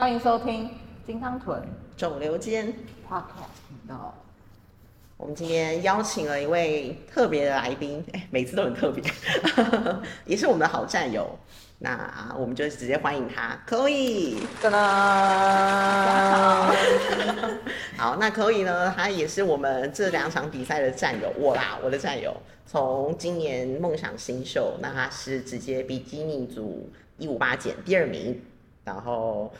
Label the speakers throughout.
Speaker 1: 欢迎收听金汤屯
Speaker 2: 肿瘤间，
Speaker 1: Podcast 频道。
Speaker 2: 我们今天邀请了一位特别的来宾，哎，每次都很特别， 也是我们的好战友。那我们就直接欢迎他，Chloe。
Speaker 1: 噔噔，
Speaker 2: 好，那 Chloe 呢，他也是我们这两场比赛的战友，我啦，我的战友。从今年梦想新秀，那他是直接比基尼组一五八减第二名，然后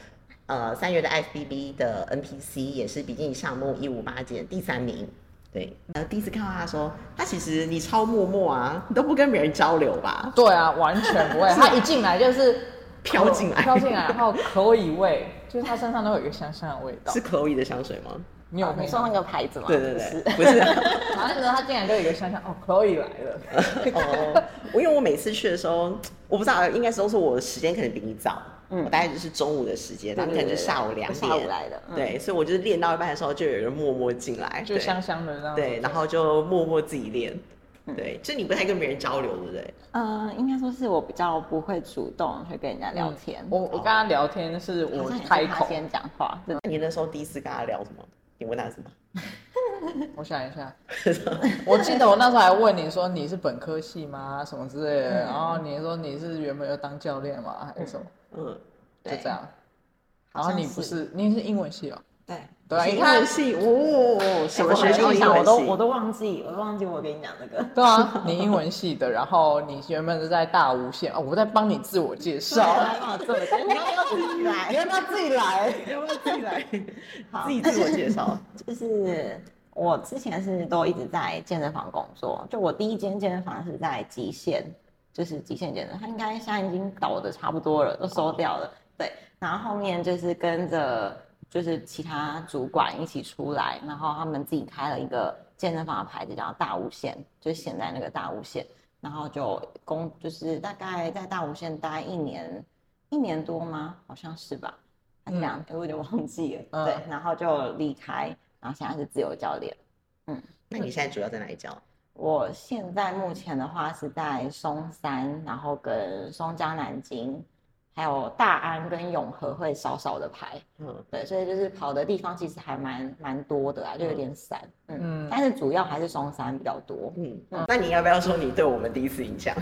Speaker 2: 呃三月的 FBB 的 NPC 也是比基尼项目一五八减第三名。对，呃，第一次看到他说，他其实你超默默啊，你都不跟别人交流吧？
Speaker 1: 对啊，完全不会。他一进来就是
Speaker 2: 飘进来
Speaker 1: 哦飘进来，然后可以味，就是他身上都有一个香香的味道
Speaker 2: 是。Chloe 的香水吗？
Speaker 1: 你有
Speaker 3: 你
Speaker 1: 没
Speaker 3: 说
Speaker 1: 有？
Speaker 3: 那个牌子吗？
Speaker 2: 对对对
Speaker 3: 不是，
Speaker 2: 不是、
Speaker 1: 反正呢，他进来就有一个香香，哦，Chloe 来了。
Speaker 2: 哦，我因为我每次去的时候，我不知道，应该是都是我的时间可能比你早，我大概就是中午的时间，他
Speaker 3: 对
Speaker 2: 们
Speaker 3: 嗯对
Speaker 2: 可
Speaker 3: 对
Speaker 2: 能就下午两点
Speaker 3: 我下午来的嗯
Speaker 2: 对，所以我就是练到一半的时候，就有人默默进来，
Speaker 1: 就香香的这样子，
Speaker 2: 对，对，然后就默默自己练，对，就你不太跟别人交流，对不对？
Speaker 3: 嗯，应该说是我比较不会主动去跟人家聊天，
Speaker 1: 嗯我我跟他聊天是我
Speaker 3: 好像也是
Speaker 1: 开
Speaker 3: 他
Speaker 1: 口，
Speaker 3: 先讲话，对
Speaker 2: 那你那时候第一次跟他聊什么？你问他什么？
Speaker 1: 我想一下，我记得我那时候还问你说你是本科系吗，什么之类
Speaker 3: 嗯
Speaker 1: 的，然后你说你是原本要当教练吗，还是什么，
Speaker 2: 嗯，
Speaker 1: 就
Speaker 3: 对
Speaker 1: 这样。然
Speaker 2: 好
Speaker 1: 后
Speaker 2: 像
Speaker 1: 你不是你是英文系哦，
Speaker 2: 对
Speaker 1: 对啊
Speaker 2: 是
Speaker 1: 你
Speaker 2: 英
Speaker 1: 看
Speaker 2: 文系哦，
Speaker 3: 哎
Speaker 2: 什么学校
Speaker 3: 我
Speaker 2: 英
Speaker 3: 想我都我
Speaker 2: 文系？
Speaker 3: 都忘记，我都忘记我跟你讲那个。
Speaker 1: 对啊，你英文系的，然后你原本是在大无线哦，我在帮你自我介绍，
Speaker 3: 帮我做了，你要啊要自己
Speaker 1: 你
Speaker 3: 来。
Speaker 1: 要不要自己来？
Speaker 2: 要不要自己来？
Speaker 3: 好
Speaker 2: 自己自我介绍。
Speaker 3: 就是我之前是都一直在健身房工作，就我第一间健身房是在极限，就是极限健身，它应该现在已经倒的差不多了，都收掉了。对，然后后面就是跟着就是其他主管一起出来，然后他们自己开了一个健身房的牌子，叫大无限，就是现在那个大无限，然后就工就是大概在大无限待一年一年多吗？好像是吧。还是两，我有点忘记了。
Speaker 1: 嗯
Speaker 3: 对，然后就离开，然后现在是自由教练。
Speaker 2: 那你现在主要在哪里教？
Speaker 3: 我现在目前的话是在松山，然后跟松江南京，还有大安跟永和会少少的排。
Speaker 2: 嗯，
Speaker 3: 对，所以就是跑的地方其实还蛮蛮多的啦，啊就有点散。嗯，
Speaker 1: 嗯
Speaker 3: 但是主要还是松山比较多。
Speaker 2: 嗯，那你要不要说你对我们第一次影响？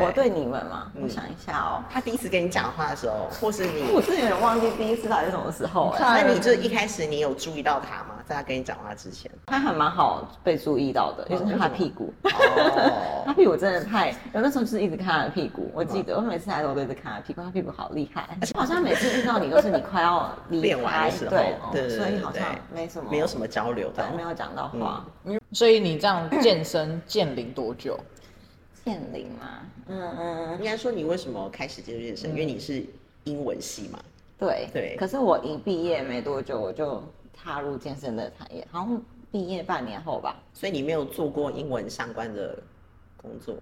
Speaker 3: 我对你们嘛，
Speaker 2: 嗯
Speaker 3: 我想一下哦，
Speaker 2: 他第一次跟你讲话的时候，或是
Speaker 3: 我
Speaker 2: 你，
Speaker 3: 是有点忘记第一次到底是什么时候哎、
Speaker 1: 看
Speaker 2: 那你就一开始你有注意到他吗？在他跟你讲话之前？
Speaker 3: 他还蛮好被注意到的，就是他的屁股。 他
Speaker 2: 哦，
Speaker 3: 屁股真的太，有那时候就是一直看他的屁股，我记得我每次来的时候都一直看他屁股，他屁股好厉害，而且好像每次遇到你都是你快要离
Speaker 2: 练完的
Speaker 3: 开，
Speaker 2: 时候
Speaker 3: 对
Speaker 2: 对对对
Speaker 3: 所以好像
Speaker 2: 对
Speaker 3: 没什么，
Speaker 2: 没有嗯什么交流
Speaker 3: 对
Speaker 2: 的，
Speaker 3: 没有讲到话。
Speaker 1: 所以你这样健身健龄多久？
Speaker 3: 剑灵嘛，嗯嗯，
Speaker 2: 应该说你为什么开始接触健
Speaker 1: 嗯
Speaker 2: 身？因为你是英文系嘛。
Speaker 3: 对
Speaker 2: 对
Speaker 3: 可是我一毕业没多久，我就踏入健身的产业，好像毕业半年后吧，
Speaker 2: 所以你没有做过英文相关的工作，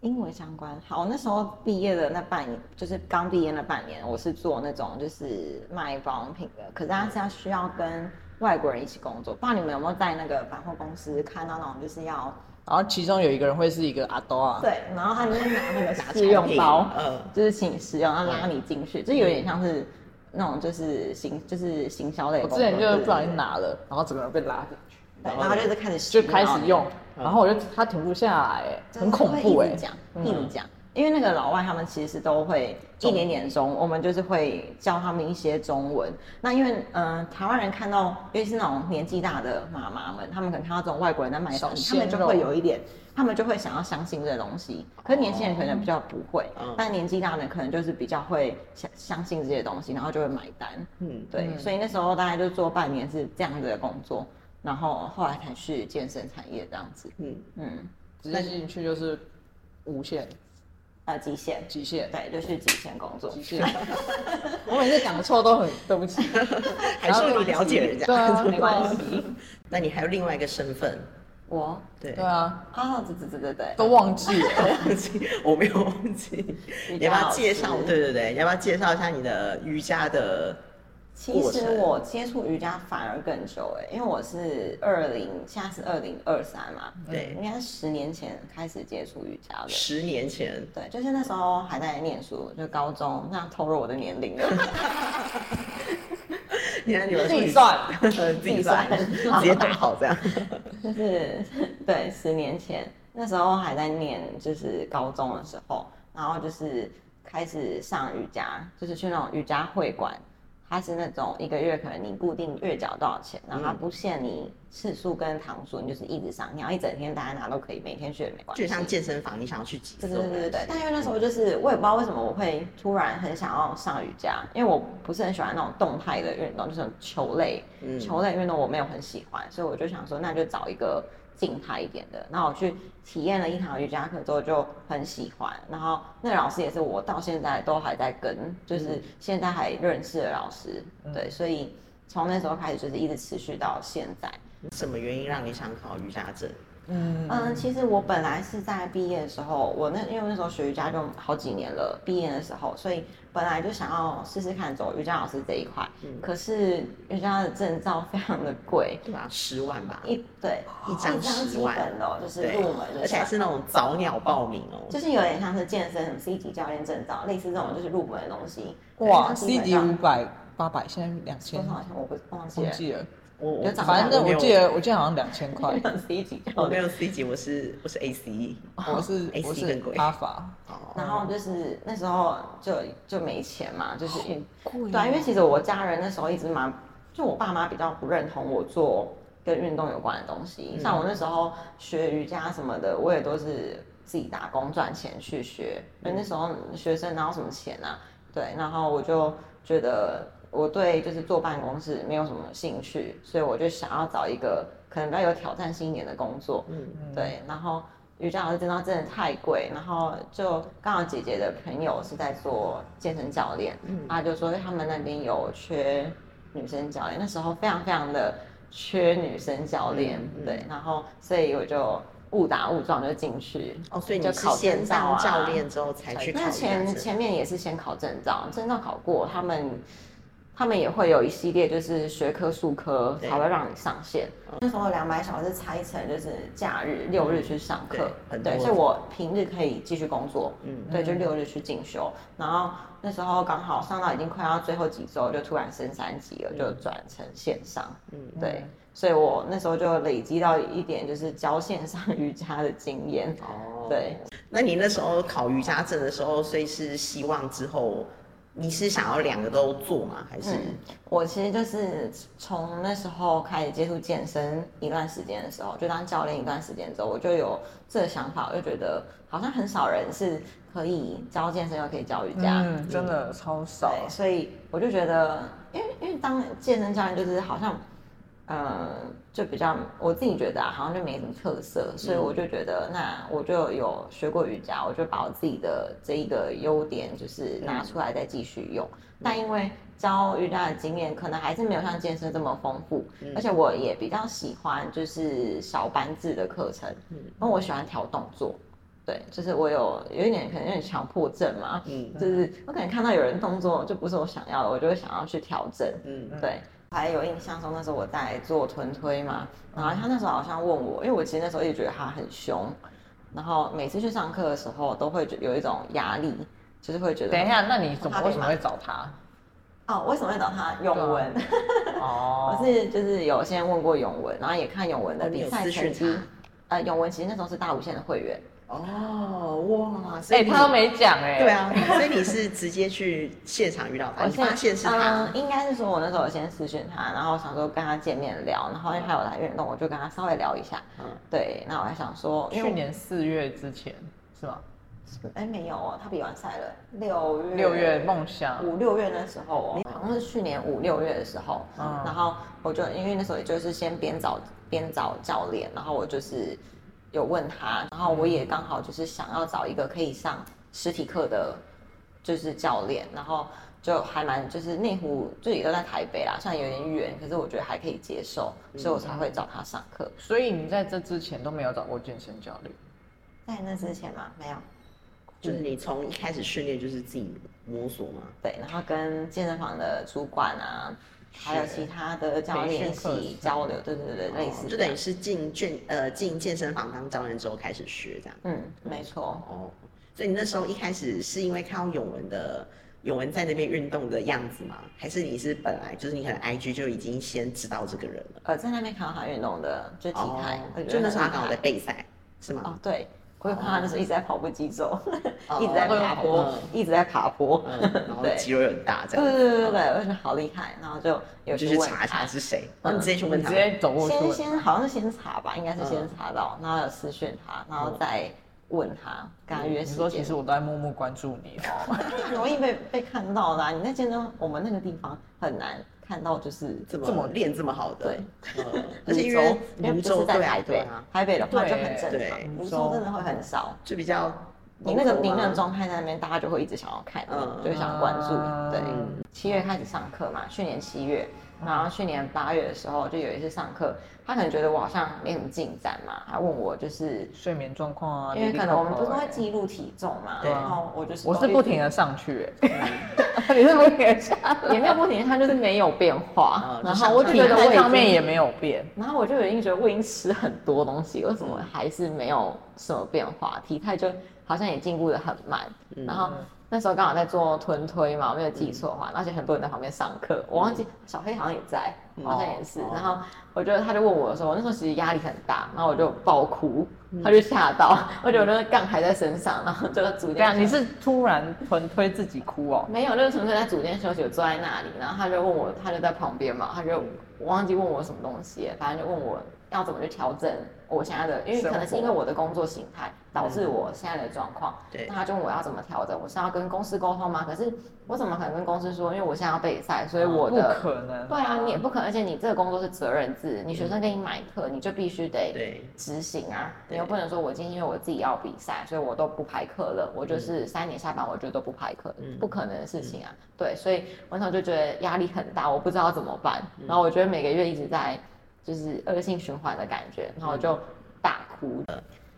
Speaker 3: 英文相关。好，那时候毕业的那半年，就是刚毕业那半年，我是做那种就是卖保养品的，可是他是要需要跟外国人一起工作。不知道你们有没有在那个百货公司看到那种就是要
Speaker 1: 然后其中有一个人会是一个阿多啊，
Speaker 3: 对，然后他就是拿那个
Speaker 2: 拿
Speaker 3: 试用包
Speaker 2: 产，品嗯
Speaker 3: 就是请试用，然后拉你进去，就有点像是那种就是行就是行销类的
Speaker 1: 我之
Speaker 3: 工作。
Speaker 1: 前就是
Speaker 3: 对
Speaker 1: 不小心，拿了，然后整个人被拉进去。
Speaker 3: 对对然后就是开始
Speaker 1: 就
Speaker 3: 洗
Speaker 1: 开始
Speaker 3: 脑
Speaker 1: 用，然后我就他停不下来，哎，很恐怖哎
Speaker 3: 一直。讲，一直讲，因为那个老外他们其实都会一点点中，我们就是会教他们一些中文。那因为嗯、呃台湾人看到，尤其是那种年纪大的妈妈们，他们可能看到这种外国人在卖
Speaker 1: 小
Speaker 3: 东西，他
Speaker 1: 鲜
Speaker 3: 们就会
Speaker 1: 肉
Speaker 3: 有一点，他们就会想要相信这个东西。可是年轻人可能比较不会，
Speaker 1: 哦
Speaker 2: 嗯
Speaker 3: 但年纪大的可能就是比较会相相信这些东西，然后就会买单。
Speaker 2: 嗯，
Speaker 3: 对，所以那时候大概就做半年是这样子的工作，然后后来才去健身产业这样子。
Speaker 2: 嗯，
Speaker 3: 嗯，
Speaker 1: 直接进去就是无限、
Speaker 3: 呃，极限。
Speaker 1: 极限、
Speaker 3: 对，就是极限工作
Speaker 1: 极。限。 我每次讲错都很对不起，
Speaker 2: 还说你了解人
Speaker 1: 对
Speaker 2: 家，
Speaker 1: 啊，没关系。
Speaker 2: 那你还有另外一个身份，
Speaker 3: 我
Speaker 2: 对
Speaker 1: 对，啊，
Speaker 3: 啊，对对对对对，
Speaker 1: 都忘记了。
Speaker 2: 忘记，我没有忘记，你要不要介绍？对对对，你要不要介绍一下你的瑜伽的
Speaker 3: 其
Speaker 2: 过
Speaker 3: 实
Speaker 2: 程
Speaker 3: 我接触瑜伽反而更久哎、因为我是二零，现在是二零二三嘛，
Speaker 2: 对
Speaker 3: 应该是十年前开始接触瑜伽的。
Speaker 2: 十年前，
Speaker 3: 对，就是那时候还在念书，就高中，那透露我的年龄了，
Speaker 2: 你看你们
Speaker 3: 自
Speaker 2: 说
Speaker 3: 己
Speaker 2: 你
Speaker 3: 算，
Speaker 2: 自己算，
Speaker 3: 自己算
Speaker 2: 直接打好这样。
Speaker 3: 就是 对，十年前那时候还在念就是高中的时候，然后就是开始上瑜伽，就是去那种瑜伽会馆，它是那种一个月可能你固定月缴多少钱，然后它
Speaker 2: 嗯
Speaker 3: 不限你次数跟堂数，你就是一直上，你要一整天待在哪都可以，每天去也没关系。
Speaker 2: 就像健身房，你想要去几次？
Speaker 3: 对对对对对，但因为那时候就是我也不知道为什么我会突然很想要上瑜伽，因为我不是很喜欢那种动态的运动，就是球类，
Speaker 2: 嗯
Speaker 3: 球类运动我没有很喜欢，所以我就想说那就找一个静态一点的。然后我去体验了一堂瑜伽课之后就很喜欢，然后那老师也是我到现在都还在跟，
Speaker 2: 嗯
Speaker 3: 就是现在还认识的老师，对，所以从那时候开始就是一直持续到现在。
Speaker 2: 什么原因让你想考瑜伽证？
Speaker 1: 嗯
Speaker 3: 嗯，其实我本来是在毕业的时候，我那因为那时候学瑜伽就好几年了，毕业的时候，所以本来就想要试试看走瑜伽老师这一块。
Speaker 2: 嗯
Speaker 3: 可是瑜伽的证照非常的贵，
Speaker 2: 对吧？十万吧，
Speaker 3: 一对
Speaker 2: 一张十
Speaker 3: 基
Speaker 2: 万
Speaker 3: 本哦，就是
Speaker 2: 对
Speaker 3: 入门就是，
Speaker 2: 而且还是那种早鸟报名哦。
Speaker 3: 就是有点像是健身什么 C 级教练证照，类似这种就是入门的东西。
Speaker 1: 哇
Speaker 3: 对
Speaker 1: ，C 级五百八百，现在两
Speaker 3: 多
Speaker 1: 千
Speaker 3: 少，钱我不忘记
Speaker 1: 忘
Speaker 3: 了，
Speaker 1: 记了，
Speaker 2: 我
Speaker 3: 就
Speaker 2: 我
Speaker 3: 长
Speaker 1: 反正
Speaker 2: 没
Speaker 1: 我
Speaker 2: 有
Speaker 1: 记得我记得好像两千块，
Speaker 3: C 级教
Speaker 2: 我
Speaker 3: 练
Speaker 2: 没。有 C 级，我是我是 ACE，
Speaker 3: 哦
Speaker 1: 我是我
Speaker 2: AC
Speaker 1: 是
Speaker 2: 更贵
Speaker 1: 阿法，
Speaker 2: 哦，
Speaker 3: 然后就是那时候就就没钱嘛，就是因
Speaker 1: 贵哦
Speaker 3: 对啊，因为其实我家人那时候一直蛮，就我爸妈比较不认同我做跟运动有关的东西。
Speaker 1: 嗯
Speaker 3: 像我那时候学瑜伽什么的，我也都是自己打工赚钱去学。
Speaker 1: 嗯
Speaker 3: 因为那时候学生哪有什么钱啊？对，然后我就觉得我对就是坐办公室没有什么兴趣，所以我就想要找一个可能比较有挑战性一点的工作。
Speaker 2: 嗯
Speaker 3: 对，然后瑜伽老师证照真的太贵，然后就刚好姐姐的朋友是在做健身教练，
Speaker 2: 嗯
Speaker 3: 她就说他们那边有缺女生教练，那时候非常非常的缺女生教练，
Speaker 2: 嗯嗯
Speaker 3: 对，然后所以我就误打误撞就进去，
Speaker 2: 哦，所以
Speaker 3: 就
Speaker 2: 你是
Speaker 3: 考
Speaker 2: 先
Speaker 3: 证照
Speaker 2: 当
Speaker 3: 啊
Speaker 2: 教练之后才去考
Speaker 3: 那
Speaker 2: 瑜伽
Speaker 3: 前
Speaker 2: 证，
Speaker 3: 前面也是先考证照，证照考过，他们他们也会有一系列就是学科数科
Speaker 2: 对嗯
Speaker 3: 才会让你上线。那时候两百小时拆成就是假日六日去上课，
Speaker 2: 嗯对很
Speaker 3: 对，
Speaker 2: 多
Speaker 3: 所以我平日可以继续工作，
Speaker 2: 嗯
Speaker 3: 嗯，对，就六日去进修。然后那时候刚好上到已经快要最后几周，就突然升三级了，
Speaker 2: 嗯
Speaker 3: 就转成线上，嗯，对。所以我那时候就累积到一点就是教线上 瑜伽的经验，
Speaker 2: 哦
Speaker 3: 对，
Speaker 2: 那你那时候考瑜伽证的时候，所以是希望之后你是想要两个都做吗？还是
Speaker 3: 嗯，我其实就是从那时候开始接触健身一段时间的时候，就当教练一段时间之后，我就有这个想法，我就觉得好像很少人是可以教健身又可以教瑜伽，
Speaker 1: 嗯，真的超少，
Speaker 3: 对，所以我就觉得，因为因为当健身教练就是好像，呃，就比较我自己觉得、啊、好像就没什么特色，所以我就觉得，那我就有学过瑜伽，我就把我自己的这一个优点就是拿出来再继续用。但因为教瑜伽的经验可能还是没有像健身这么丰富，而且我也比较喜欢就是小班制的课程，因为我喜欢调动作。对，就是我有有一点可能有点强迫症嘛，
Speaker 2: 嗯
Speaker 3: 就是我可能看到有人动作就不是我想要的，我就会想要去调整。
Speaker 2: 嗯
Speaker 3: 对，还有印象中那时候我在做臀推嘛，然后他那时候好像问我，因为我其实那时候一直觉得他很凶，然后每次去上课的时候都会觉有一种压力，就是会觉得
Speaker 1: 等一下，那你怎
Speaker 3: 怕
Speaker 1: 么
Speaker 3: 被
Speaker 1: 为什么
Speaker 3: 骂
Speaker 1: 会找他？
Speaker 3: 哦，为什么会找他永
Speaker 2: 啊
Speaker 3: 文？
Speaker 1: 哦
Speaker 3: 我是就是有先问过永文，然后也看永文的
Speaker 2: 哦你有
Speaker 3: 呃比赛
Speaker 2: 私
Speaker 3: 成
Speaker 2: 讯
Speaker 3: 绩
Speaker 2: 他。
Speaker 3: 呃，永文其实那时候是大五线的会员，
Speaker 2: 哦哇，所
Speaker 1: 哎、
Speaker 2: 以你
Speaker 1: 他都没讲哎、
Speaker 2: 对，啊，所以你是直接去现场遇到他，
Speaker 3: 我
Speaker 2: 你
Speaker 3: 现
Speaker 2: 发现是他
Speaker 3: 嗯，应该是说我那时候有先私讯他，然后想说跟他见面聊，然后因为他有来运动，我就跟他稍微聊一下。
Speaker 2: 嗯
Speaker 3: 对，那我还想说，因为
Speaker 1: 去年四月之前是吗？
Speaker 3: 哎没有哦，他比完赛了，六月
Speaker 1: 六月梦想，
Speaker 3: 五六月那时候哦，好像是去年五六月的时候，
Speaker 1: 嗯
Speaker 3: 然后我就因为那时候也就是先边找边找教练，然后我就是有问他，然后我也刚好就是想要找一个可以上实体课的，就是教练，然后就还蛮就是内湖就也都在台北啦，虽然有点远，可是我觉得还可以接受，所以我才会找他上课。
Speaker 1: 所以你在这之前都没有找过健身教练，
Speaker 3: 在
Speaker 1: 嗯
Speaker 3: 那之前嘛，没有。
Speaker 2: 就是你从一开始训练就是自己摸索嘛。
Speaker 3: 对，然后跟健身房的主管啊，还有
Speaker 2: 是
Speaker 3: 其他的教
Speaker 1: 培训
Speaker 3: 练
Speaker 1: 课
Speaker 3: 习
Speaker 1: 程哦
Speaker 3: 交流，对对对，对类似
Speaker 2: 就
Speaker 3: 这
Speaker 2: 等于
Speaker 3: 样
Speaker 2: 是进健呃进健身房当教练之后开始学这样。
Speaker 3: 嗯，没错，
Speaker 2: 哦，所以你那时候一开始是因为看到永文的永文在那边运动的样子吗？还是你是本来就是你可能 IG 就已经先知道这个人了？
Speaker 3: 呃，在那边看到他运动的就体态，我觉
Speaker 2: 哦就
Speaker 3: 得
Speaker 2: 那时候他
Speaker 3: 很
Speaker 2: 刚好
Speaker 3: 厉
Speaker 2: 在
Speaker 3: 害
Speaker 2: 备赛是吗？
Speaker 3: 哦，对，我有看他就是一直在跑步机走，
Speaker 2: 哦
Speaker 3: 一直在爬坡
Speaker 2: 嗯，
Speaker 3: 一直在爬坡，
Speaker 2: 嗯，然后
Speaker 3: 哦对
Speaker 2: 肌肉又很大这
Speaker 3: 对
Speaker 2: 样
Speaker 3: 对
Speaker 2: 子。
Speaker 3: 对对对，我觉得好厉害，然后就有
Speaker 2: 就
Speaker 3: 去
Speaker 2: 去
Speaker 3: 问
Speaker 2: 查一下
Speaker 3: 他
Speaker 2: 是谁，然后你直接去问
Speaker 1: 你
Speaker 2: 他
Speaker 1: 直。接走过去
Speaker 3: 先
Speaker 1: 问，
Speaker 3: 先好像是先查吧，应该是先
Speaker 2: 嗯
Speaker 3: 查到，然后有私讯他，然后再问他，跟他
Speaker 2: 嗯
Speaker 3: 约
Speaker 1: 你
Speaker 3: 时
Speaker 1: 说
Speaker 3: 间
Speaker 1: 其。实我都在默默关注你哦，
Speaker 3: 这很容易被被看到啦、你在健身，我们那个地方很难看到，就是
Speaker 2: 怎
Speaker 3: 这么
Speaker 2: 么练这么好的？嗯，而且因
Speaker 3: 泸
Speaker 2: 为
Speaker 3: 州因为
Speaker 2: 泸
Speaker 3: 不
Speaker 2: 州
Speaker 3: 是在
Speaker 2: 对啊
Speaker 3: 台
Speaker 2: 对
Speaker 3: 北
Speaker 2: 啊，，
Speaker 3: 台北的话就
Speaker 1: 对
Speaker 3: 很正
Speaker 2: 对
Speaker 3: 常，
Speaker 1: 泸
Speaker 3: 泸
Speaker 1: 州
Speaker 3: 州真的会很少。
Speaker 2: 就比较啊
Speaker 3: 你那个
Speaker 2: 灵
Speaker 3: 名人
Speaker 2: 感
Speaker 3: 状态在那边，大家就会一直想要看你，
Speaker 2: 嗯
Speaker 3: 就会想关注
Speaker 1: 嗯
Speaker 3: 你。对，七月开始上课嘛，去年七月，然后去年八月的时候，就有一次上课，他可能觉得我好像没什么进展嘛，他问我就是，呃
Speaker 1: 睡眠状况啊，
Speaker 3: 因为
Speaker 1: 滴滴
Speaker 3: 可能我
Speaker 1: 扣扣
Speaker 3: 们不是
Speaker 1: 欸
Speaker 3: 会记录体重嘛，
Speaker 1: 对
Speaker 3: 然后我就是
Speaker 1: 我是
Speaker 3: 都一
Speaker 1: 不
Speaker 3: 直
Speaker 1: 停的上去、 欸，你是不停的下来，
Speaker 3: 也没有不停，它就是没有变化
Speaker 2: 嗯。
Speaker 3: 然
Speaker 2: 就
Speaker 3: 后我哦
Speaker 2: 像
Speaker 3: 就
Speaker 1: 体
Speaker 3: 觉得我
Speaker 1: 态
Speaker 3: 已
Speaker 1: 上面
Speaker 3: 经
Speaker 1: 也没有变，
Speaker 3: 然后我就已经觉得我已经吃很多东西，为什么还是没有什么变化？体态就好像也进步的很慢。
Speaker 2: 嗯
Speaker 3: 然后那时候刚好在做臀推嘛，我没有记错的
Speaker 1: 嗯
Speaker 3: 话，而且很多人在旁边上课，我忘记小黑好像也在，好像也
Speaker 1: 哦
Speaker 3: 是。然后我觉得他就问我的时候，我那时候其实压力很大，然后我就爆哭，
Speaker 1: 嗯
Speaker 3: 他就吓到，我觉得我那个杠还在身上，然后就逐
Speaker 1: 对啊，
Speaker 3: 渐
Speaker 1: 你是突然臀推自己哭哦，
Speaker 3: 没有，就是纯粹在酒店休息，我坐在那里，然后他就问我，他就在旁边嘛，他就
Speaker 1: 嗯
Speaker 3: 我忘记问我什么东西，反正就问我要怎么去调整我现在的，因为可能是因为我的工作形态导致我现在的状况。
Speaker 1: 嗯
Speaker 2: 对
Speaker 3: 那他就问我要怎么调整，我是要跟公司沟通吗？可是我怎么可能跟公司说？因为我现在要备赛，所以我
Speaker 1: 哦不
Speaker 3: 的。
Speaker 1: 可嗯能，
Speaker 3: 对啊，你也不可能，而且你这个工作是责任制，你学生给你买课，你就必须得
Speaker 2: 对
Speaker 3: 执行啊，
Speaker 2: 对
Speaker 3: 你又不能说我今天因为我自己要比赛，所以我都不排课了，我
Speaker 2: 嗯
Speaker 3: 就是三点下班我就都不排课，不可能的事情啊。对，所以我那时候就觉得压力很大，我不知道怎么办。
Speaker 2: 嗯
Speaker 3: 然后我觉得每个月一直在就是恶性循环的感觉，然后我
Speaker 2: 嗯
Speaker 3: 就大哭。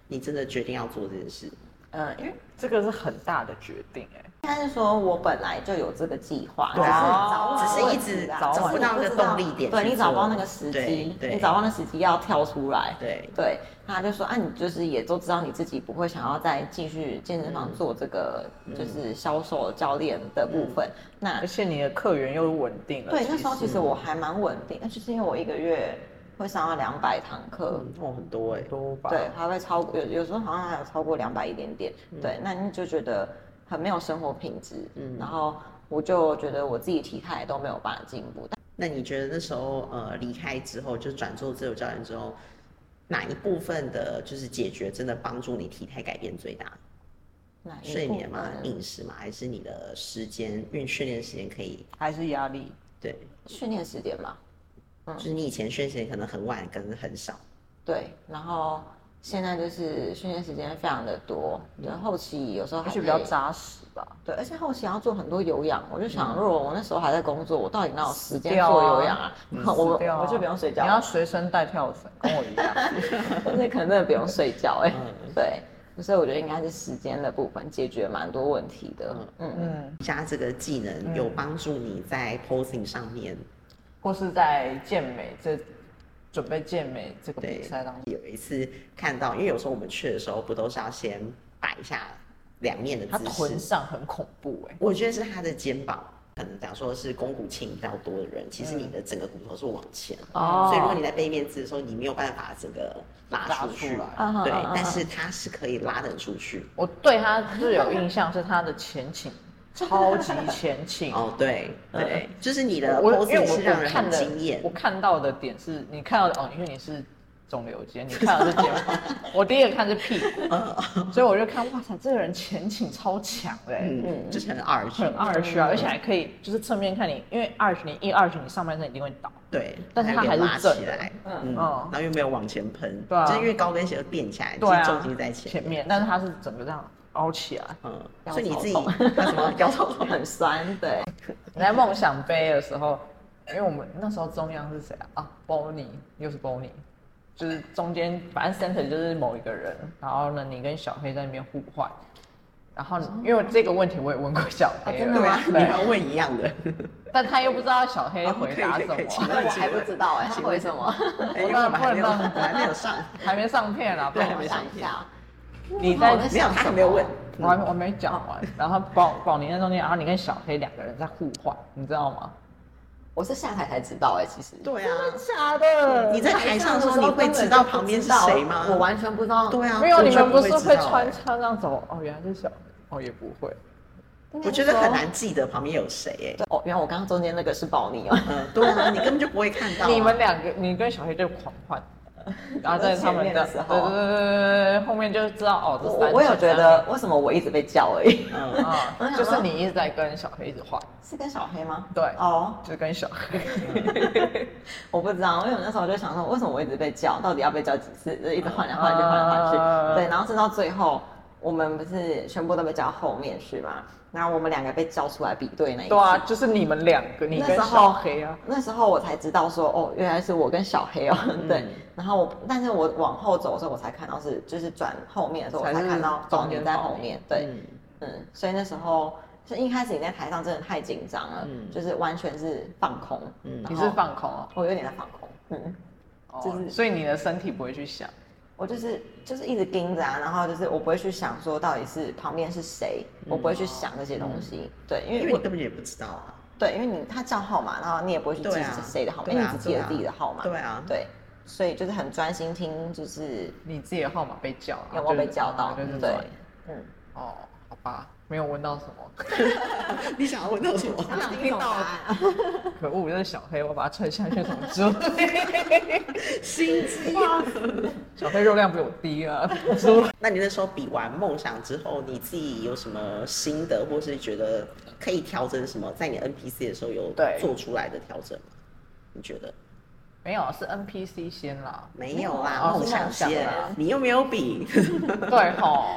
Speaker 2: 你真的决定要做这件事，
Speaker 3: 嗯，因为
Speaker 1: 这个是很大的决定哎、
Speaker 3: 应该是说我本来就有这个计划，
Speaker 2: 对
Speaker 1: 啊
Speaker 3: 只是
Speaker 1: 只
Speaker 3: 早
Speaker 1: 是
Speaker 3: 晚
Speaker 1: 一
Speaker 3: 的
Speaker 1: 直
Speaker 3: 问题啦
Speaker 1: 找
Speaker 3: 只是
Speaker 1: 不
Speaker 3: 你
Speaker 2: 到那
Speaker 3: 知
Speaker 2: 个
Speaker 3: 道
Speaker 2: 动力点
Speaker 3: 对
Speaker 2: 去
Speaker 3: 你找不到
Speaker 2: 做
Speaker 3: 那个时
Speaker 2: 对
Speaker 3: 机，
Speaker 2: 对
Speaker 3: 你找到那时机要跳出来，
Speaker 2: 对
Speaker 3: 对，他就说啊，你就是也都知道你自己不会想要再继续健身
Speaker 2: 嗯
Speaker 3: 房做这个就是销售教练的部分。
Speaker 2: 嗯
Speaker 3: 那
Speaker 1: 而且你的客源又稳定了，
Speaker 3: 对
Speaker 1: 其
Speaker 3: 那时候
Speaker 1: 实
Speaker 3: 其实我还蛮稳定，那就是因为我一个月会上到两百堂课，
Speaker 2: 嗯，哦，很多哎，
Speaker 1: 多吧，
Speaker 3: 对，还会超过有有时候好像还有超过两百一点点。
Speaker 2: 嗯
Speaker 3: 对，那你就觉得很没有生活品质，嗯，然后我就觉得我自己体态都没有办法进步。
Speaker 2: 那你觉得那时候呃离开之后，就转做自由教练之后，哪一部分的就是解决真的帮助你体态改变最大？
Speaker 3: 但那一
Speaker 2: 睡
Speaker 3: 部
Speaker 2: 眠吗？
Speaker 3: 分
Speaker 2: 饮食吗？还是你的时间运训练时间可以？
Speaker 1: 还是压力，
Speaker 2: 对，
Speaker 3: 训练时间嘛，嗯
Speaker 2: 就是你以前训练时间可能很晚，跟很少。
Speaker 3: 对，然后现在就是训练时间非常的多，对，后期有时候
Speaker 1: 而
Speaker 3: 还
Speaker 1: 且比较
Speaker 3: 累
Speaker 1: 扎实吧，
Speaker 3: 对，而且后期要做很多有氧，我就想，如果我那时候还在工作，我到底哪有时间
Speaker 1: 掉啊
Speaker 3: 做有氧啊？ 我
Speaker 1: 死掉啊
Speaker 3: 我就不用睡觉
Speaker 1: 你
Speaker 3: 了，
Speaker 1: 要随身带跳绳，跟我一样，
Speaker 3: 那可能真的不用睡觉哎、 对，所以我觉得应该是时间的部分解决蛮多问题的，嗯。
Speaker 1: 嗯，
Speaker 2: 加这个技能有帮助你在 posing 上面，
Speaker 1: 或是在健美这准备健美这个比赛当中，
Speaker 2: 有一次看到，因为有时候我们去的时候不都是要先摆一下两面的
Speaker 1: 他
Speaker 2: 姿势
Speaker 1: 臀，上很恐怖哎、
Speaker 2: 我觉得是他的肩膀，可能假如说是肱骨轻比较多的人，其实你的整个骨头是往前，
Speaker 3: 哦
Speaker 2: 所以如果你在背面姿的时候，你没有办法整个拉出去，
Speaker 1: 拉
Speaker 3: 出来
Speaker 2: 对
Speaker 3: 嗯嗯嗯，
Speaker 2: 但是它是可以拉得出去。
Speaker 1: 我对他最有印象是他的前倾，超级前倾。
Speaker 2: 哦，对对，就是你的
Speaker 1: 我因为
Speaker 2: pose
Speaker 1: 我
Speaker 2: 是让
Speaker 1: 我
Speaker 2: 人
Speaker 1: 看
Speaker 2: 很
Speaker 1: 的
Speaker 2: 惊艳
Speaker 1: 我，看到的点是你看到的哦，因为你是肿瘤肩，你看到的是 肩膀，我第一个看是屁
Speaker 2: 嗯
Speaker 1: 股，所以我就看哇塞，这个人前倾超强的欸、
Speaker 2: 嗯，就是很 arch，
Speaker 1: 很二十啊，而且还可以就是侧面看你，因为二十你一二十你上半身一定会倒，
Speaker 2: 对，
Speaker 1: 但是它
Speaker 2: 它
Speaker 1: 还是
Speaker 2: 拉
Speaker 1: 正
Speaker 2: 起
Speaker 1: 的
Speaker 2: 来，
Speaker 3: 嗯
Speaker 2: 嗯，
Speaker 1: 嗯
Speaker 2: 然后又没有往前喷，
Speaker 1: 对啊
Speaker 2: 就是因为高跟鞋会垫起来，就
Speaker 1: 对啊，
Speaker 2: 是重心在前
Speaker 1: 前，面，但是他是整个这样凹起 来。
Speaker 2: 嗯，
Speaker 3: 腰
Speaker 2: 所以你
Speaker 3: 超
Speaker 2: 自己
Speaker 3: 痛
Speaker 2: 那什 么腰痛痛
Speaker 3: 很酸，对，
Speaker 1: 你在梦想杯的时候，因为我们那时候中央是谁啊？啊，Bonnie，又是 Bonnie，就是中间反正 center 就是某一个人，然后呢，你跟小黑在那边互换，然后因为这个问题我也问过小黑了，
Speaker 3: 真 的
Speaker 2: 对哦
Speaker 3: 吗
Speaker 2: 啊，你
Speaker 1: 对
Speaker 2: 要问一样的。
Speaker 1: 但他又不知道小黑
Speaker 2: 哦
Speaker 1: 回答
Speaker 2: 可
Speaker 1: 什
Speaker 2: 以可以可以请
Speaker 1: 么，
Speaker 2: 问
Speaker 3: 我还不知道哎、他回什么？
Speaker 2: 哎
Speaker 1: 我
Speaker 2: 因为
Speaker 1: 当然
Speaker 2: 我们还没有
Speaker 1: 不能让
Speaker 2: 还没有上，
Speaker 1: 还没上片啊，不
Speaker 2: 对
Speaker 1: 然
Speaker 2: 还
Speaker 1: 我
Speaker 2: 没
Speaker 3: 我
Speaker 1: 想
Speaker 3: 想一下，哦
Speaker 1: 你
Speaker 3: 在
Speaker 1: 在
Speaker 2: 没有，他还没有问。
Speaker 1: 我还没我没讲
Speaker 2: 哦
Speaker 1: 完，然后宝宝宁在中间，然后你跟小黑两个人在互换，你知道吗？
Speaker 3: 我是下台才知道哎、其实。
Speaker 2: 对啊，
Speaker 1: 假的
Speaker 2: 你在台上的时候你会知道旁边是谁吗？
Speaker 3: 我完全不知道。
Speaker 2: 对啊，
Speaker 1: 没有，
Speaker 2: 我
Speaker 1: 你
Speaker 2: 就
Speaker 1: 们不是
Speaker 2: 知
Speaker 1: 会
Speaker 2: 道
Speaker 1: 穿
Speaker 2: 哎
Speaker 1: 插这样走？哦，原来是小，哦也不会，
Speaker 2: 我觉得很难记得旁边有谁哎。
Speaker 3: 哦，原来我刚刚中间那个是宝妮哦。
Speaker 2: 嗯，对啊，你根本就不会看到啊。
Speaker 1: 你们两个，你跟小黑就狂换，然后在他们的
Speaker 3: 前面的时
Speaker 1: 对
Speaker 3: 候
Speaker 1: 对对对对，后面就知道哦，这
Speaker 3: 我
Speaker 1: 三
Speaker 3: 我我有觉得，为什么我一直被叫而已？
Speaker 2: 嗯，
Speaker 1: 啊，
Speaker 3: 我想
Speaker 1: 就
Speaker 3: 说
Speaker 1: 是你一直在跟小黑一直换，
Speaker 3: 是跟小黑吗？
Speaker 1: 对，
Speaker 3: 哦，
Speaker 1: 就是跟小黑，
Speaker 3: 我不知道，因为我那时候就想说，为什么我一直被叫，到底要被叫几次？就一直换来换去，换来换
Speaker 1: 啊
Speaker 3: 去。对，然后直到最后，我们不是全部都被叫到后面去嘛？然后我们两个被叫出来比对那一次。
Speaker 1: 对啊，就是你们两个，你
Speaker 3: 那
Speaker 1: 跟小
Speaker 3: 时候
Speaker 1: 黑啊，
Speaker 3: 那时候我才知道说，哦，原来是我跟小黑哦，对。然后我，但是我往后走的时候，我才看到是，就是转后面的时候，
Speaker 1: 才
Speaker 3: 我
Speaker 1: 是
Speaker 3: 才看到
Speaker 1: 中
Speaker 3: 宝
Speaker 1: 间
Speaker 3: 宁在
Speaker 1: 宝
Speaker 3: 后
Speaker 1: 宁
Speaker 3: 面，对，
Speaker 2: 嗯
Speaker 3: 嗯，所以那时候是一开始你在台上真的太紧张了，
Speaker 2: 嗯
Speaker 3: 就是完全是放空，
Speaker 2: 嗯
Speaker 3: 嗯，
Speaker 1: 你是，放空哦，
Speaker 3: 我有点在放空，嗯。就
Speaker 1: 哦，
Speaker 3: 是
Speaker 1: 所以你的身体不会去想，
Speaker 3: 我就是就是一直盯着啊，然后就是我不会去想说到底是旁边是谁，我不会去想这些东西。对，因
Speaker 2: 因
Speaker 3: 为
Speaker 2: 为你
Speaker 3: 我
Speaker 2: 根本也不知道啊。
Speaker 3: 对，因为你他叫号码，然后你也不会去记
Speaker 2: 对啊
Speaker 3: 是谁的号码，
Speaker 2: 对
Speaker 3: 因
Speaker 2: 啊
Speaker 3: 为你只记
Speaker 2: 对
Speaker 3: 得
Speaker 2: 啊
Speaker 3: 自己的号码。
Speaker 2: 对
Speaker 1: 嗯
Speaker 2: 啊
Speaker 3: 对，所以就是很专心听，就是
Speaker 1: 你自己的号码被叫啊，
Speaker 3: 有没有被
Speaker 1: 就是
Speaker 3: 叫到
Speaker 1: 啊就是？
Speaker 3: 对
Speaker 1: 转，
Speaker 3: 嗯，
Speaker 1: 哦，好吧，没有闻到什么，
Speaker 2: 你想要问到什么？
Speaker 3: 想听到
Speaker 1: 可恶，这是小黑，我把它踹下去，怎么之类
Speaker 2: 心机。
Speaker 1: 小黑肉量比我低啊，猪
Speaker 2: 那你那时候比完梦想之后，你自己有什么心得，或是觉得可以调整什么？在你 NPC 的时候有
Speaker 1: 对
Speaker 2: 做出来的调整吗？你觉得
Speaker 1: 没有，是 NPC 先啦，
Speaker 2: 没有
Speaker 1: 哦
Speaker 2: 啦，梦想啊
Speaker 1: 是梦
Speaker 2: 线
Speaker 1: 想啦，
Speaker 2: 你又没有 比，
Speaker 1: 对吼，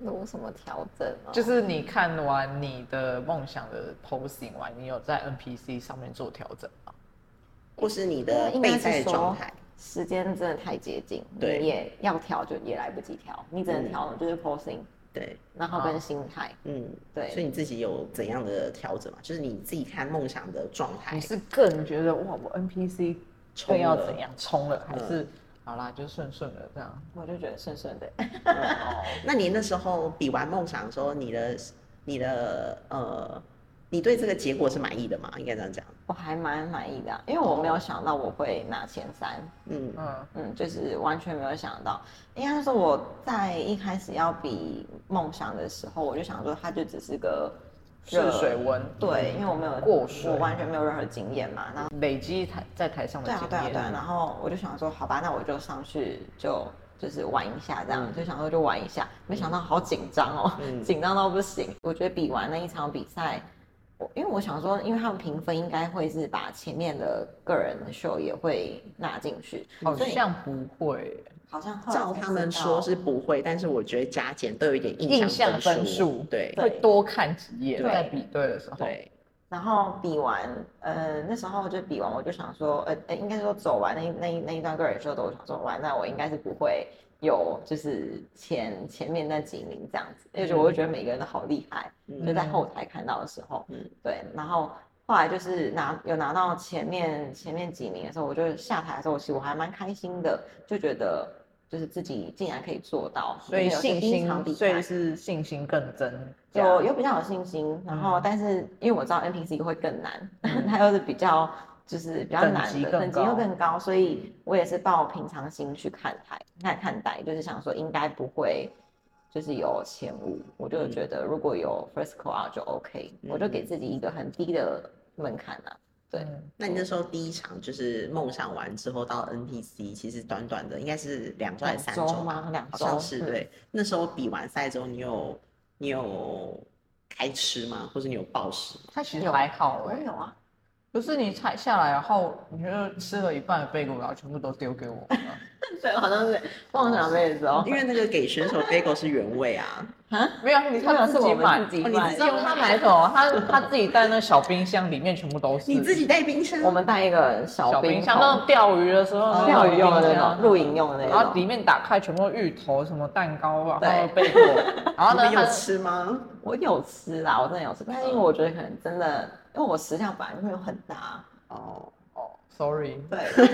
Speaker 3: 有什么调整吗？
Speaker 1: 就是是你看完你的梦想的 posting 完，你有在 NPC 上面做调整吗？
Speaker 2: 或是你的
Speaker 3: 应
Speaker 2: 备
Speaker 3: 该
Speaker 2: 赛
Speaker 3: 是
Speaker 2: 的状
Speaker 3: 说
Speaker 2: 态，
Speaker 3: 时间真的太接近，你
Speaker 2: 对
Speaker 3: 也要调就也来不及调，你只能
Speaker 2: 嗯
Speaker 3: 调就是 posing，
Speaker 2: 对，
Speaker 3: 然后
Speaker 1: 好
Speaker 3: 跟心态。
Speaker 1: 啊
Speaker 2: 嗯，
Speaker 3: 对
Speaker 2: 所以你自己有怎样的调整嘛？就是你自己看梦想的状态
Speaker 1: 你，是个人觉得哇，我 NPC
Speaker 2: 冲
Speaker 1: 对要
Speaker 2: 了
Speaker 1: 怎样冲了，
Speaker 3: 嗯
Speaker 1: 还是好啦，就顺顺的这样？
Speaker 3: 我就觉得顺顺的，
Speaker 2: 那你那时候比完梦想的时候，你的你的呃，你对这个结果是满意的吗？应该这样讲，
Speaker 3: 我还蛮满意的啊、因为我没有想到我会拿前三，
Speaker 2: 嗯
Speaker 1: 嗯，
Speaker 3: 嗯，就是完全没有想到。应该是我在一开始要比梦想的时候，我就想说它就只是个
Speaker 1: 试水温，
Speaker 3: 对，因为我没有
Speaker 1: 过水
Speaker 3: 我完全没有任何经验嘛，然后。
Speaker 1: 累积台在台上的
Speaker 3: 对
Speaker 1: 经
Speaker 3: 啊
Speaker 1: 验，，
Speaker 3: 对啊，对啊。然后我就想说，好吧，那我就上去就就是玩一下，这样、就想说就玩一下，没想到好紧张哦，
Speaker 2: 嗯
Speaker 3: 紧张到不行。我觉得比完那一场比赛，我因为我想说，因为他们评分应该会是把前面的个人的秀也会纳进去，
Speaker 1: 啊好
Speaker 3: 所以
Speaker 1: 像不会
Speaker 3: 好像后来
Speaker 2: 照
Speaker 3: 才
Speaker 2: 他们
Speaker 3: 哦知道
Speaker 2: 说是不会，但是我觉得加减都有一点
Speaker 1: 印
Speaker 2: 印
Speaker 1: 象分数，
Speaker 2: 对
Speaker 1: 会多看几眼，
Speaker 2: 对
Speaker 1: 在比对的时候，
Speaker 2: 对，
Speaker 3: 然后比完，呃，那时候就比完，我就想说，呃，呃应该说走完那一那一那一段个人秀的，我想说，完那我应该是不会有就是前前面那几名这样子，因为我就觉得每个人都好厉害，
Speaker 2: 嗯
Speaker 3: 就在后台看到的时候，
Speaker 2: 嗯
Speaker 3: 对，然后后来就是拿有拿到前面前面几名的时候，我就下台的时候，其实我还蛮开心的，就觉得就是自己竟然可以做到，
Speaker 1: 所以
Speaker 3: 因为有些
Speaker 1: 信
Speaker 3: 第一场
Speaker 1: 心，
Speaker 3: 比
Speaker 1: 所
Speaker 3: 赛
Speaker 1: 以是信心更增加。
Speaker 3: 有有比较有信心，然后但是因为我知道 NPC 会更难， 它又是比较就是比较
Speaker 1: 等
Speaker 3: 难
Speaker 1: 级
Speaker 3: 的，
Speaker 1: 更
Speaker 3: 等级又
Speaker 1: 高
Speaker 3: 更高，所以我也是抱平常心去看待看看待，就是想说应该不会就是有前五，我就觉得如果有 first call out 就 OK，、我就给自己一个很低的门槛啊，对，
Speaker 1: 嗯
Speaker 2: 那你那时候第一场就是梦想完之后到 NPC，其实短短的应该是两周还是三
Speaker 3: 两周
Speaker 2: 吧
Speaker 3: 吗两
Speaker 2: 好像
Speaker 3: 周
Speaker 2: 是
Speaker 3: 嗯
Speaker 2: 对。那时候比完赛之后，你有你有开吃吗？或者你有暴食吗？
Speaker 1: 它其实还好
Speaker 3: 我
Speaker 1: 哎、
Speaker 3: 有啊，
Speaker 1: 不是你踩下来，然后你就吃了一半的贝果，然后全部都丢给我吗，
Speaker 3: 对，好像是梦想杯的时 候
Speaker 2: 因为那个给选手 bagel 是原味啊，
Speaker 3: 啊，
Speaker 1: 没有，你看他
Speaker 3: 是
Speaker 1: 自
Speaker 3: 我
Speaker 1: 己买
Speaker 3: 们，自己
Speaker 2: 哦你
Speaker 3: 买
Speaker 2: 自，己
Speaker 1: 用他买什么？他他自己带那小冰箱，里面全部都是。
Speaker 2: 你自己带冰箱，
Speaker 3: 我们带一个
Speaker 1: 小
Speaker 3: 小
Speaker 1: 冰
Speaker 3: 箱
Speaker 1: 箱，
Speaker 3: 哦
Speaker 1: 那种钓鱼的时候那种
Speaker 3: 钓鱼用的
Speaker 1: 冰
Speaker 3: 那
Speaker 1: 箱
Speaker 3: 种，露营用的
Speaker 1: 然后
Speaker 3: 那
Speaker 1: 里
Speaker 3: 种。
Speaker 1: 面打开全部芋头、什么蛋糕，然后
Speaker 3: 对
Speaker 1: 贝果，然后
Speaker 2: 你
Speaker 1: 呢
Speaker 2: 们，有
Speaker 1: 它
Speaker 2: 吃吗？
Speaker 3: 我有吃啦，我真的有吃，但是因为我觉得可能真的，因为我食量本来就没有很大，
Speaker 2: 哦，
Speaker 1: 哦，sorry，
Speaker 3: 对，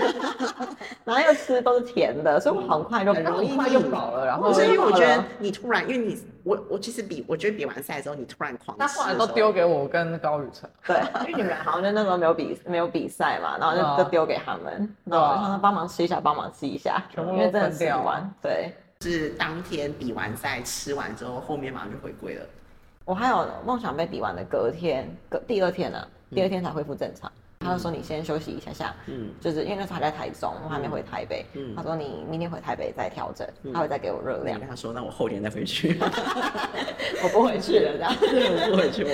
Speaker 3: 然后又吃都是甜的，所以我很快就
Speaker 2: 很容易
Speaker 3: 嗯很快就
Speaker 2: 腻
Speaker 3: 饱了，然后
Speaker 2: 不是因为我觉
Speaker 3: 就饱
Speaker 2: 得
Speaker 3: 了
Speaker 2: 你突然，因为你我我其实比我觉得比完赛之后你突然狂吃
Speaker 1: 他
Speaker 2: 的时
Speaker 1: 后
Speaker 2: 候，
Speaker 1: 来都丢给我跟高宇辰，
Speaker 3: 对，因为你 们好像就那时候没有比没有比赛嘛，然后
Speaker 1: 对啊
Speaker 3: 就就丢给他们，
Speaker 1: 对
Speaker 3: 然
Speaker 1: 啊
Speaker 3: 后我就让他帮忙吃一下，帮忙吃一下，
Speaker 1: 全部
Speaker 3: 因为
Speaker 1: 都
Speaker 3: 真的
Speaker 1: 分
Speaker 3: 吃
Speaker 1: 掉
Speaker 3: 不完。对，
Speaker 2: 是当天比完赛吃完之后，后面马上就回归了。
Speaker 3: 我还有梦想被比完的隔天，隔第二天呢、啊第二天才恢复正常。他就说你先休息一下下，
Speaker 2: 嗯，
Speaker 3: 就是因为那时候还在台中，我还没回台北。
Speaker 2: 嗯
Speaker 3: 他说你明天回台北再调整，
Speaker 2: 嗯
Speaker 3: 他会再给我热
Speaker 2: 那
Speaker 3: 量
Speaker 2: 你。跟他说，那我后天再回去，
Speaker 3: 我不回去了，这样。
Speaker 2: 我不回去，我